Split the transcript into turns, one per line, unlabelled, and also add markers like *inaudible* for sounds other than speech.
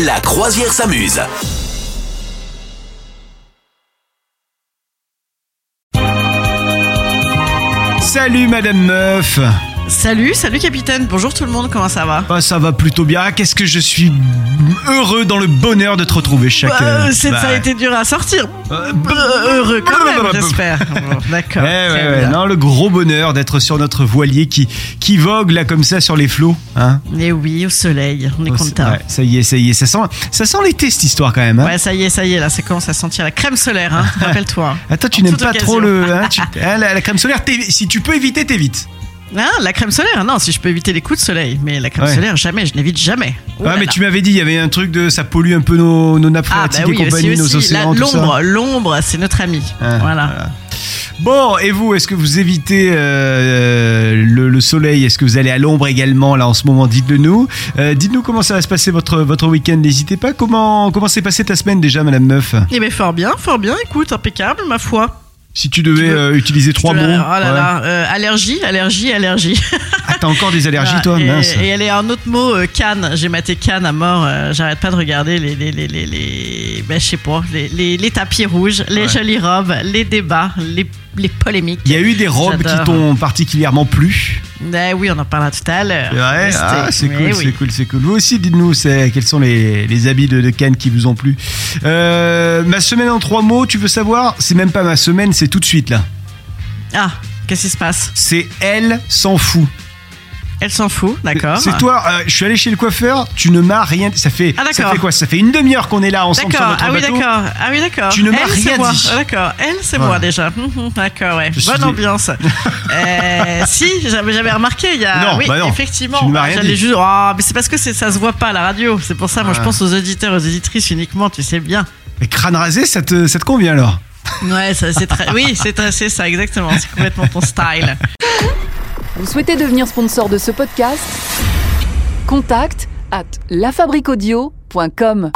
La croisière s'amuse.
Salut Madame Meuf
Salut, salut capitaine, bonjour tout le monde, comment ça va
Ah, Ça va plutôt bien, Ah, qu'est-ce que je suis heureux dans le bonheur de te retrouver chaque...
Bah,
euh,
c'est-
bah,
Ça a été dur à sortir.
euh,
Bah, heureux quand même,
blablabla. *laughs*
j'espère. Bon, D'accord.
Ouais, eh ouais,
très
ouais.
bien.
Non, le gros bonheur d'être sur notre voilier qui, qui vogue là comme ça sur les flots. Hein.
Et Eh oui, au soleil, on est
Oh, c'est-
content.
ouais, ça y est, ça y est. Ça sent, ça sent l'été cette histoire quand même. Hein.
Ouais, ça y est, ça y est, là, ça commence à sentir la crème solaire,
*laughs*
hein, rappelle-toi.
Attends, Ah, tu
en
n'aimes
toute
pas trop
occasion.
le.
*laughs*
hein, tu- ah, la, la crème solaire, t'évi- si tu peux éviter, t'évites.
Hein, la crème solaire, non, si je peux éviter les coups de soleil, mais la crème
Ouais.
solaire, jamais, je n'évite jamais. Oh
Ouais,
là
Ah, mais
là.
tu m'avais dit, il y avait un truc de. Ça pollue un peu nos, nos nappes
Ah, bah
phréatiques
oui,
et compagnie,
aussi,
nos
aussi. La-
océans, tout ça.
L'ombre, l'ombre, c'est notre ami.
Ah,
voilà.
Bon, et vous, est-ce que vous évitez euh, le, le soleil Est-ce que vous allez à l'ombre également là en ce moment Dites-le nous. Euh, Dites-nous comment ça va se passer votre, votre week-end. N'hésitez pas. Comment comment s'est passée ta semaine déjà, Madame Meuf
Eh bien, fort bien, fort bien, écoute, impeccable, ma foi.
Si tu devais
Tu veux-
euh, utiliser trois
Je
mots.
te la- Oh là
ouais.
là, euh, allergie, allergie, allergie.
Ah, t'as encore des allergies,
Voilà,
toi
et,
Mince.
et elle est un autre mot, euh, Cannes. J'ai maté Cannes à mort. euh, J'arrête pas de regarder les, les, les, les, les- ben, je sais pas, les, les, les tapis rouges, les
Ouais.
jolies robes, les débats, les, les polémiques.
Il y a eu des robes qui
J'adore.
t'ont particulièrement plu.
Eh oui, on en parlera tout à l'heure.
C'est vrai
Restez.
Ah, c'est
Mais
cool,
oui.
c'est cool, c'est cool. Vous aussi, dites-nous c'est- quels sont les, les habits de, de Cannes qui vous ont plu. Euh, ma semaine en trois mots, tu veux savoir C'est même pas ma semaine, c'est tout de suite là.
Ah, qu'est-ce qui se passe
C'est elle s'en fout.
Elle s'en fout, d'accord.
C'est toi, euh, je suis allé chez le coiffeur, tu ne m'as rien. Ça fait,
Ah,
ça
d'accord.
fait quoi Ça fait une demi-heure qu'on est là ensemble sur
D'accord,
notre
ah oui,
bateau.
d'accord. Ah oui, d'accord.
Tu ne m'as
Elle,
rien
c'est moi.
dit.
Ah, D'accord, elle, c'est
Voilà.
moi déjà. *laughs* Hum, hum, D'accord, ouais.
Je suis
Bonne
dé- *laughs*
ambiance. Euh, si, j'avais j'avais remarqué, il y a.
Non,
oui,
bah non.
effectivement.
Tu ne m'as rien
J'allais
dit. Ah.
juste. Oh, mais c'est parce que c'est- ça se voit pas à la radio. C'est pour ça, moi,
Ouais.
je pense aux auditeurs, aux auditrices uniquement, tu sais bien.
Mais crâne rasé, ça te, ça te convient alors
Ouais, ça, c'est très. *laughs* Oui, c'est très- c'est ça, exactement. C'est complètement ton style.
Vous souhaitez devenir sponsor de ce podcast Contact à lafabriquaudio.com.